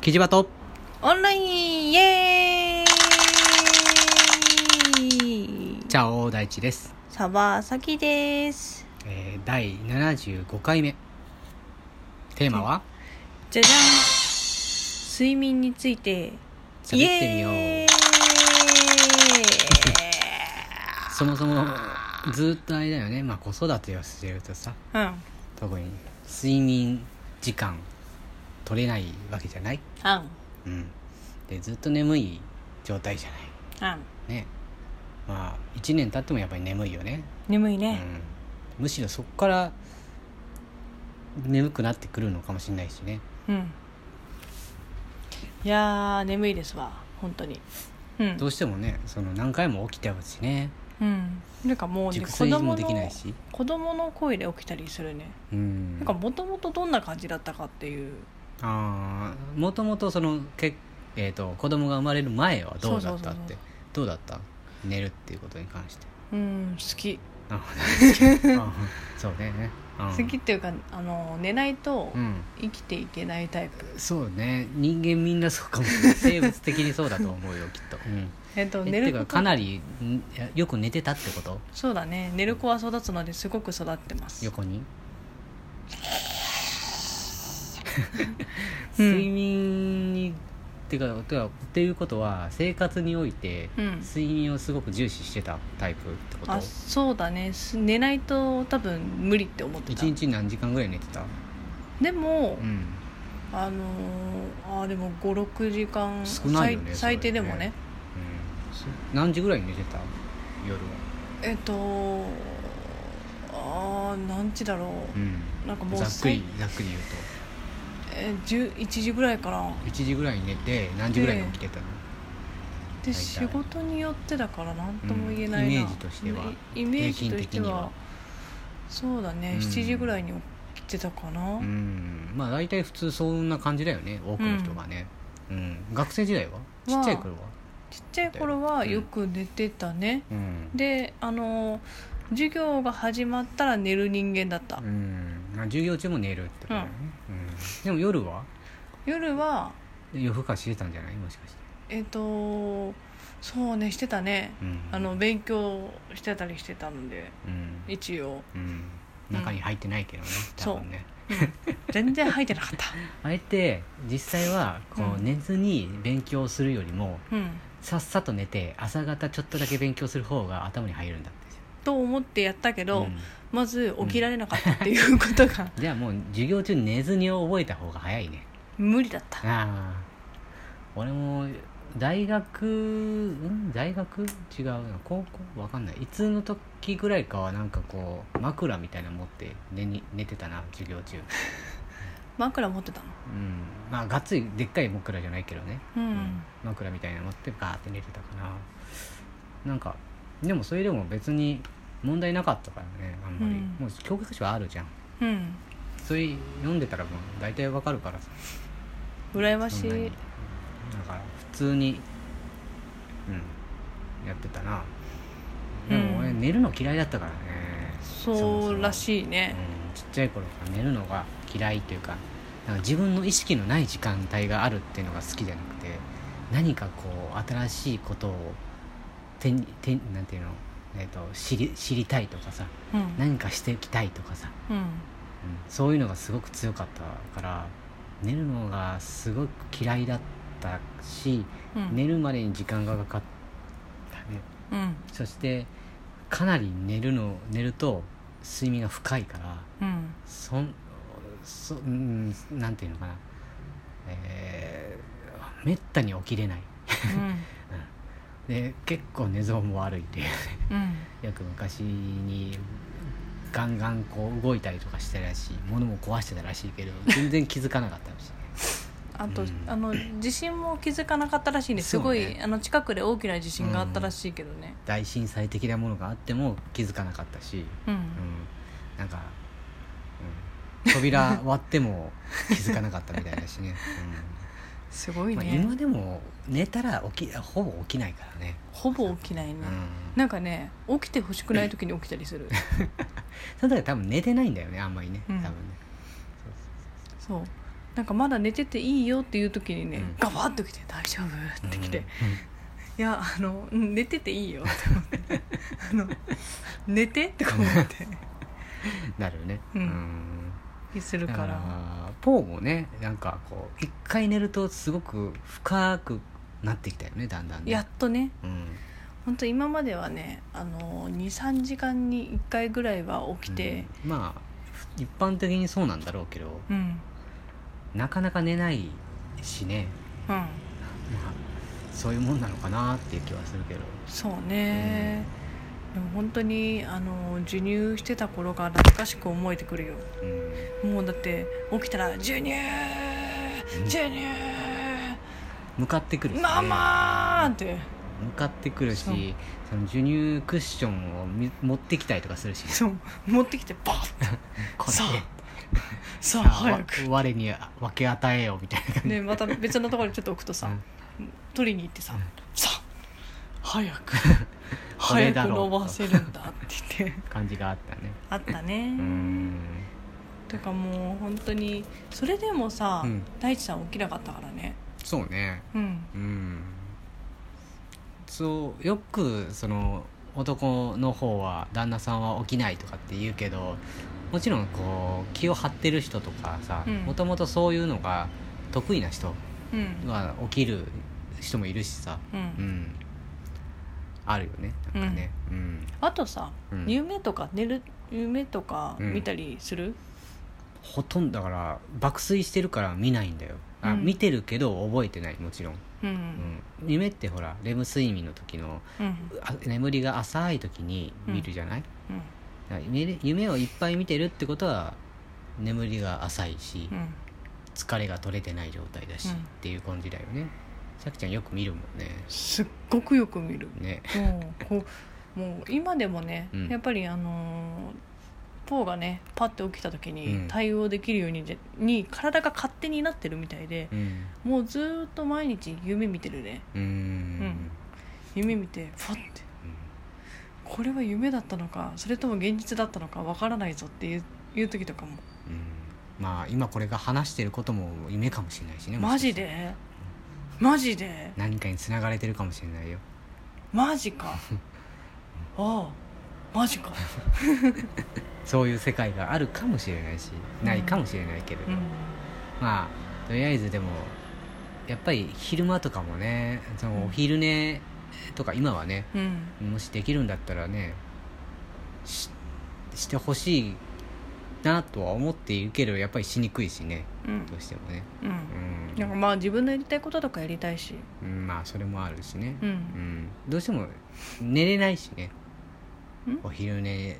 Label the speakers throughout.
Speaker 1: キジバト
Speaker 2: オンラインイエーイ
Speaker 1: チャオ大地です、
Speaker 2: サバサキです
Speaker 1: えー、第75回目テーマは
Speaker 2: じゃじゃん睡眠について
Speaker 1: 喋ってみよう
Speaker 2: イエーイ
Speaker 1: そもそもずーっとあれだよね、まあ、子育てをしてるとさ
Speaker 2: うんうん
Speaker 1: 特に睡眠時間取れないわけじゃない、
Speaker 2: あん
Speaker 1: うん、でずっと眠い状態じゃ
Speaker 2: あ
Speaker 1: な
Speaker 2: ん
Speaker 1: いねまあ1年経ってもやっぱり眠いよね、
Speaker 2: 眠いうね、
Speaker 1: ん、むしろそこから眠くなってくるのかもしれないしね
Speaker 2: うんいやー眠いですわ本当にうん
Speaker 1: どうしてもねその何回も起きてゃうしね
Speaker 2: うんなんかもうね
Speaker 1: 熟
Speaker 2: 子
Speaker 1: 睡
Speaker 2: 供
Speaker 1: もできな
Speaker 2: の
Speaker 1: いし
Speaker 2: 子供の声で起きたりするね
Speaker 1: うん
Speaker 2: なんかもともとどんな感じだったかっていう
Speaker 1: ああもともとそのけ、えー、と子供が生まれる前はどうだったっ
Speaker 2: そうそうそうそ
Speaker 1: て
Speaker 2: う
Speaker 1: どうだった寝るっていうことに関して
Speaker 2: うん好き
Speaker 1: あー あーそうだよね、うん、
Speaker 2: 好きっていうかあの寝ないと
Speaker 1: うん
Speaker 2: 生きていけないタイプ、
Speaker 1: そうね人間みんなそうかもしれない生物的にそうだと思うよきっと、うん、
Speaker 2: えっと
Speaker 1: え
Speaker 2: 寝
Speaker 1: って
Speaker 2: る
Speaker 1: い
Speaker 2: こ
Speaker 1: う
Speaker 2: と
Speaker 1: かかなりんいやよく寝てたってこと
Speaker 2: そうだね寝る子は育つのですごく育ってます
Speaker 1: 横に
Speaker 2: うん
Speaker 1: 睡眠に、ってかてかっていうことは生活において、
Speaker 2: うん
Speaker 1: 睡眠をすごく重視してたタイプってこと
Speaker 2: あそうだねす寝ないと多分無理って思ってた
Speaker 1: 一日何時間ぐらい寝てた
Speaker 2: でも、
Speaker 1: うん
Speaker 2: あのーあーでも56時間
Speaker 1: 少ないよねそ
Speaker 2: 最
Speaker 1: れ
Speaker 2: 最低でもね
Speaker 1: うん何時ぐらいに寝てた夜は
Speaker 2: えっとあー何時だろう、
Speaker 1: うん
Speaker 2: なんかもう
Speaker 1: ざっくり
Speaker 2: さ
Speaker 1: ざっくり言う
Speaker 2: えー、11時ぐらいかな
Speaker 1: と1時ぐらいに寝て何時ぐらいに起きてたの、
Speaker 2: で
Speaker 1: 大体
Speaker 2: 仕事によってだから何とも言えないな、
Speaker 1: うんイメージとしてはい
Speaker 2: イメージとして
Speaker 1: 平均的に
Speaker 2: は
Speaker 1: は
Speaker 2: そうだね、
Speaker 1: うん
Speaker 2: 7時ぐらいに起きてたかな、
Speaker 1: うんまあ大体普通そんな感じだよね多くの人がね、うん学生時代はちっちゃい頃は、
Speaker 2: ちっちゃい頃はよく寝てたね、
Speaker 1: うん
Speaker 2: であの授業が始まったら寝る人間だった、
Speaker 1: うんまあ、授業中も寝るってことだよね、うんでも夜は
Speaker 2: 夜は
Speaker 1: 夜更かししてたんじゃないもしかして、
Speaker 2: えっ、とそうねしてたね、
Speaker 1: うん、
Speaker 2: あの勉強してたりしてたので
Speaker 1: うん、
Speaker 2: 一応
Speaker 1: うん、中に入ってないけどね、多分ね
Speaker 2: 全然入ってなかった
Speaker 1: あれって実際はこ
Speaker 2: う
Speaker 1: うん寝ずに勉強するよりも
Speaker 2: うん
Speaker 1: さっさと寝て朝方ちょっとだけ勉強する方が頭に入るんだって
Speaker 2: と思ってやったけど、
Speaker 1: うん
Speaker 2: まず起きられなかったっていうことが
Speaker 1: じゃあもう授業中寝ずに覚えた方が早いね
Speaker 2: 無理だった
Speaker 1: ああ俺も大学ん大学違うな高校わかんないいつの時ぐらいかはなんかこう枕みたいなの持って寝に寝てたな授業中
Speaker 2: 枕持ってたの
Speaker 1: うんまあがっつりでっかい枕じゃないけどね、
Speaker 2: うん、
Speaker 1: 枕みたいなの持ってバーって寝てたかななんかでもそれでも別に問題なかったからねあんまり、
Speaker 2: うん
Speaker 1: もう教科書はあるじゃん
Speaker 2: うん、
Speaker 1: それ読んでたらもう大体わかるからさ
Speaker 2: 羨まし
Speaker 1: そんなに
Speaker 2: い
Speaker 1: だから普通にうんやってたなでも俺
Speaker 2: うん
Speaker 1: 寝るの嫌いだったからね、
Speaker 2: そうらしい
Speaker 1: うん
Speaker 2: ね、
Speaker 1: ちっちゃい頃から寝るのが嫌いというかなんか自分の意識のない時間帯があるっていうのが好きじゃなくて何かこう新しいことを手に手になんていうの、えー、と知り知りたいとかさ
Speaker 2: うん
Speaker 1: 何かしていきたいとかさ
Speaker 2: うん
Speaker 1: うんそういうのがすごく強かったから寝るのがすごく嫌いだったし、
Speaker 2: うん
Speaker 1: 寝るまでに時間がかかったね
Speaker 2: うん
Speaker 1: そしてかなり寝るの寝ると睡眠が深いから
Speaker 2: うん
Speaker 1: そんそうんなんていうのかなえー、めったに起きれないで結構寝相も悪いっていう
Speaker 2: うんうん
Speaker 1: よく昔にガンガンこう動いたりとかしてたらしい物も壊してたらしいけど全然気づかなかったらしいね
Speaker 2: あと、
Speaker 1: うん
Speaker 2: あの地震も気づかなかったらしいんです
Speaker 1: そう
Speaker 2: ご
Speaker 1: ね
Speaker 2: い、あの近くで大きな地震があったらしいけどね
Speaker 1: 大震災的なものがあっても気づかなかったし、
Speaker 2: うん、
Speaker 1: うん、なんか、うん、扉割っても気づかなかったみたいだしね、
Speaker 2: すご
Speaker 1: う
Speaker 2: い
Speaker 1: んまあ、
Speaker 2: ね、
Speaker 1: 今でも寝たら起きほぼ起きないからね、
Speaker 2: ほぼ起きないね、
Speaker 1: うん、
Speaker 2: なんかね起きてほしくない時に起きたり する
Speaker 1: その時は多分寝てないんだよねあんまりね
Speaker 2: う
Speaker 1: 多
Speaker 2: ん
Speaker 1: 分ね、
Speaker 2: そうなんかまだ寝てていいよっていう時にね、
Speaker 1: うん
Speaker 2: ガバッと来て「大丈 夫?」って来て「
Speaker 1: うん
Speaker 2: いやあのうん寝てていいよ」 って思ってあの「寝て?」って思って
Speaker 1: うんなるよね
Speaker 2: うん
Speaker 1: ん
Speaker 2: する
Speaker 1: だ
Speaker 2: か
Speaker 1: から
Speaker 2: ら
Speaker 1: ポーもねなんかこう一回寝るとすごく深くなってきたよねだんだんね
Speaker 2: やっとね
Speaker 1: うん
Speaker 2: 本当今まではねあの23時間に1回ぐらいは起きて、
Speaker 1: うんまあ一般的にそうなんだろうけど
Speaker 2: うんうん
Speaker 1: なかなか寝ないしね、まあ、そういうもんなのかなっていう気はするけど
Speaker 2: そうね、でも本当にあの授乳してた頃が懐かしく思えてくるよ
Speaker 1: うん
Speaker 2: もうだって起きたら「授乳授乳
Speaker 1: 向かってくるしね
Speaker 2: ママ!」って
Speaker 1: 向かってくるし
Speaker 2: そう
Speaker 1: その授乳クッションをみ持ってきたりとかするし
Speaker 2: そう持ってきてバッ
Speaker 1: こ
Speaker 2: さ
Speaker 1: れ
Speaker 2: さ
Speaker 1: さ
Speaker 2: あ
Speaker 1: あ
Speaker 2: 早く
Speaker 1: わ我に分け与えよみたいな感じ
Speaker 2: でまた別のところにちょっと置くとさ、取りに行ってさ
Speaker 1: うん
Speaker 2: 「さあ早 く
Speaker 1: これ
Speaker 2: 早
Speaker 1: だ
Speaker 2: く
Speaker 1: ろ
Speaker 2: 伸
Speaker 1: う
Speaker 2: ばせるんだ」っ て言って
Speaker 1: 感じがあったね
Speaker 2: あったね
Speaker 1: うーん
Speaker 2: とかもう本当にそれでもさ、
Speaker 1: うん
Speaker 2: 大地さん起きなかったからね
Speaker 1: そうね
Speaker 2: うん
Speaker 1: うんそうよくその男の方は旦那さんは起きないとかって言うけどもちろんこう気を張ってる人とかさ
Speaker 2: うん
Speaker 1: もともとそういうのが得意な人
Speaker 2: うん
Speaker 1: は起きる人もいるしさ
Speaker 2: うん、
Speaker 1: うんあるよねなんかねうん、
Speaker 2: あとさ、
Speaker 1: うん
Speaker 2: 夢とか寝る夢とか
Speaker 1: うん
Speaker 2: 見たりする、
Speaker 1: ほとんどだから爆睡してるから見ないんだよあ、
Speaker 2: うん
Speaker 1: 見てるけど覚えてないもちろん、
Speaker 2: うん
Speaker 1: うん、夢ってほらレム睡眠の時の
Speaker 2: うん
Speaker 1: あ眠りが浅い時に見るじゃない、
Speaker 2: うん
Speaker 1: だから夢夢をいっぱい見てるってことは眠りが浅いし、
Speaker 2: うん
Speaker 1: 疲れが取れてない状態だし、
Speaker 2: うん
Speaker 1: っていう感じだよねさきちゃんよく見るもんね
Speaker 2: すっごくよく見る
Speaker 1: ね
Speaker 2: もうこうもう今でもね、
Speaker 1: うん
Speaker 2: やっぱりあのーポーがねパッて起きた時
Speaker 1: うん
Speaker 2: に対応できるように,、に体が勝手になってるみたいで
Speaker 1: うん
Speaker 2: もうずーっと毎日夢見てるね
Speaker 1: うーん
Speaker 2: ん夢見てファッてこれは夢だったのかそれとも現実だったのかわからないぞっていういう時とかも
Speaker 1: うんうんまあ今これが話してることも夢かもしれないしねもし
Speaker 2: マ
Speaker 1: かし
Speaker 2: ジ
Speaker 1: たら
Speaker 2: でマジで
Speaker 1: 何かに繋がれてるかもしれないよ
Speaker 2: マジ かああマジか、
Speaker 1: そういう世界があるかもしれないしないかもしれないけれど、
Speaker 2: うん、
Speaker 1: まあとりあえずでもやっぱり昼間とかもねそのお昼寝とか今はね
Speaker 2: うん
Speaker 1: もしできるんだったらねししてほしいなとは思っているけどやっぱりしにくいしね
Speaker 2: うん
Speaker 1: どうしてもね
Speaker 2: う
Speaker 1: うんん
Speaker 2: なんかまあ自分のやりたいこととかやりたいし
Speaker 1: うんまあそれもあるしね
Speaker 2: う
Speaker 1: うんんどうしても寝れないしね
Speaker 2: ん
Speaker 1: お昼寝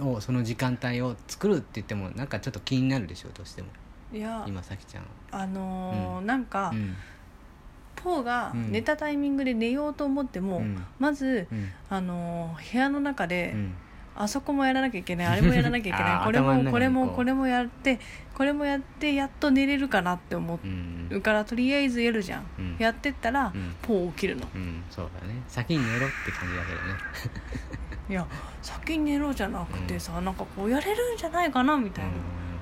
Speaker 1: をその時間帯を作るって言ってもなんかちょっと気になるでしょどうしても
Speaker 2: いや
Speaker 1: 今さきちゃんは
Speaker 2: あのーなんか、
Speaker 1: うん
Speaker 2: ポーが
Speaker 1: うん
Speaker 2: 寝たタイミングで寝ようと思っても、
Speaker 1: うん
Speaker 2: まず、
Speaker 1: うん
Speaker 2: あのー部屋の中で、
Speaker 1: うん
Speaker 2: あそこもやらなきゃいけないあれもやらなきゃいけ
Speaker 1: あ
Speaker 2: な
Speaker 1: ー
Speaker 2: いこれ
Speaker 1: 頭の中に
Speaker 2: もこれ
Speaker 1: こ
Speaker 2: も
Speaker 1: う
Speaker 2: これもやってこれもやってやっと寝れるかなって思
Speaker 1: うん
Speaker 2: うからとりあえずやるじゃん、
Speaker 1: うん
Speaker 2: やってったら、
Speaker 1: うん
Speaker 2: ポー起きるの
Speaker 1: うんそうだね先に寝ろって感じだけどね
Speaker 2: いや先に寝ろじゃなくてさ、なんかこうやれるんじゃないかなみたいな、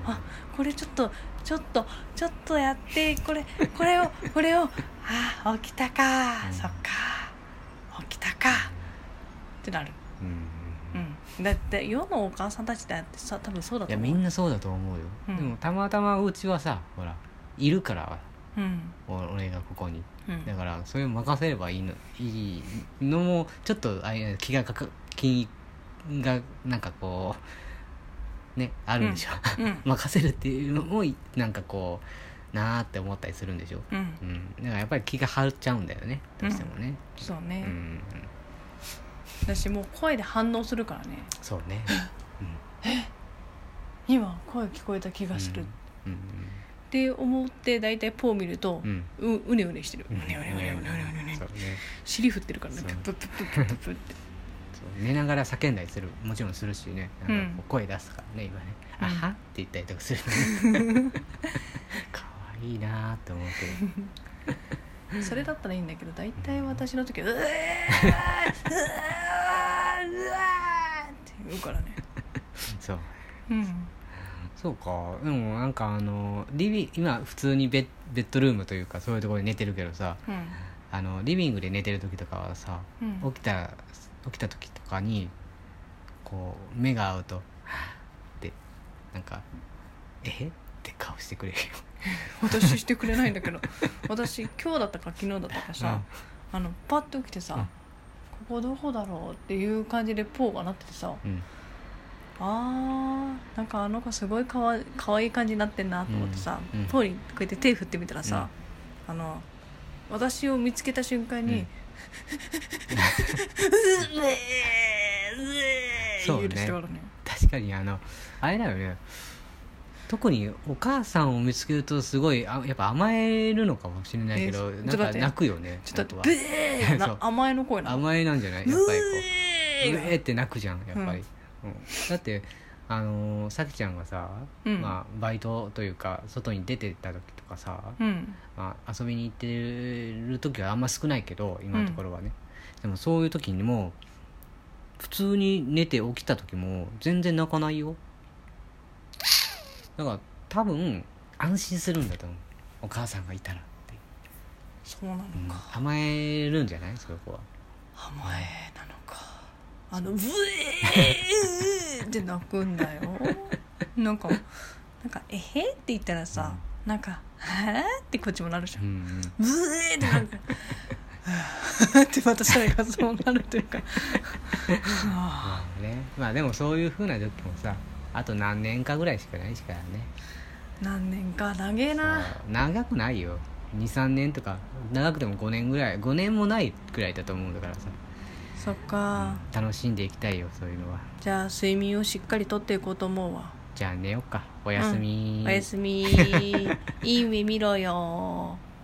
Speaker 2: あこれちょっとちょっとちょっとやってこれこれをこれをあー起きたか、
Speaker 1: うん
Speaker 2: そっか起きたかってなる
Speaker 1: うん
Speaker 2: うんだって世のお母さんたちだってさ多分そうだ
Speaker 1: い
Speaker 2: と
Speaker 1: や
Speaker 2: 思う
Speaker 1: みんなそうだと思うよ、
Speaker 2: うん
Speaker 1: でもたまたまうちはさほらいるから
Speaker 2: うん
Speaker 1: お俺がここに
Speaker 2: うん
Speaker 1: だからそれを任せればいいのいいのもちょっとあれ気がかか気がなんかこうねあるんでしょ、
Speaker 2: うん
Speaker 1: 任せるっていうのもいなんかこうなーって思ったりするんでしょ、
Speaker 2: うん
Speaker 1: うん、だからやっぱり気が張っちゃうんだよねどうしてもね
Speaker 2: そう
Speaker 1: う
Speaker 2: ね
Speaker 1: ん、、
Speaker 2: 私もう声で反応するからね
Speaker 1: そうね
Speaker 2: 今声聞こえた気がする、っ
Speaker 1: うん
Speaker 2: て思って大体ポー見ると
Speaker 1: う、ん
Speaker 2: ううねうねしてる、う
Speaker 1: うん
Speaker 2: ねうねうねうねうねうね
Speaker 1: そうね
Speaker 2: 尻振ってるからね
Speaker 1: そう
Speaker 2: プップップップップップッって
Speaker 1: そう寝ながら叫んだりするもちろんするしねなんかこう声出すからね今ね「
Speaker 2: うん
Speaker 1: あは」って言ったりとかするかわいいなーって思うけど
Speaker 2: それだったらいいんだけど大体私の時は「うえーうえーうえー」って言うからね
Speaker 1: そう
Speaker 2: うん
Speaker 1: そうかでもなんかあのリビ今普通にベッベッドルームというかそういうところで寝てるけどさ
Speaker 2: うん
Speaker 1: あのリビングで寝てる時とかはさ
Speaker 2: うん
Speaker 1: 起きた起きた時とかにこう目が合うと「はぁってなんか「えっ?」て顔してくれるよ
Speaker 2: 私してくれないんだけど私今日だったか昨日だったかさ、あのパッて起きてさ、
Speaker 1: うん
Speaker 2: ここどこだろうっていう感じでポーがなっててさ
Speaker 1: うん
Speaker 2: あーなんかあの子すごいかわかわいい感じになってんなと思ってさ、
Speaker 1: うんうん
Speaker 2: ポーにこうやって手振ってみたらさ、あの私を見つけた瞬間に「
Speaker 1: うん
Speaker 2: うっうえーうえー
Speaker 1: そうね
Speaker 2: 言うてしておるね
Speaker 1: 確かにあのあれだよね特にお母さんを見つけるとすごいあやっぱ甘えるのかもしれないけど、
Speaker 2: ね
Speaker 1: なんか
Speaker 2: ちょっと待って
Speaker 1: 泣くよね
Speaker 2: ちょっと
Speaker 1: あと
Speaker 2: 待っ
Speaker 1: は
Speaker 2: て「うえー」
Speaker 1: そ
Speaker 2: な
Speaker 1: う
Speaker 2: 甘えの声なの
Speaker 1: 甘えなんじゃないやっぱりこう
Speaker 2: う
Speaker 1: うえ
Speaker 2: え
Speaker 1: ーって泣くじゃんやっぱり、うんだってあのーさきちゃんがさ、
Speaker 2: うん
Speaker 1: まあ、バイトというか外に出てった時とかさ、
Speaker 2: ーうん
Speaker 1: まあ、遊びに行ってる時はあんま少ないけど今のところはね、でもそういう時にも普通に寝て起きた時も全然泣かないよだから多分安心するんだと思うお母さんがいたらって、
Speaker 2: そうなの
Speaker 1: うん
Speaker 2: か、
Speaker 1: 甘えるんじゃないそこは
Speaker 2: 甘えなのかあの「ブエー!」って泣くんだよなんかなんか「えへ?」って言ったらさ、なんか「はーってこっちもなるじゃ
Speaker 1: うん
Speaker 2: ん
Speaker 1: うん
Speaker 2: 「ブエー!」ってなんかはーってまたそれがそうなるというかは
Speaker 1: まあねまあでもそういうふうな時もさあと何年かぐらいしかないしからね
Speaker 2: ぁ何年か長えな
Speaker 1: そう長くないよ23年とか長くても5年ぐらい5年もないぐらいだと思うんだからさ
Speaker 2: そっか
Speaker 1: 楽しんでいきたいよそういうのは
Speaker 2: じゃあ睡眠をしっかりとっていこうと思うわ
Speaker 1: じゃあ寝ようかおやすみ、
Speaker 2: おやすみいい夢見ろよ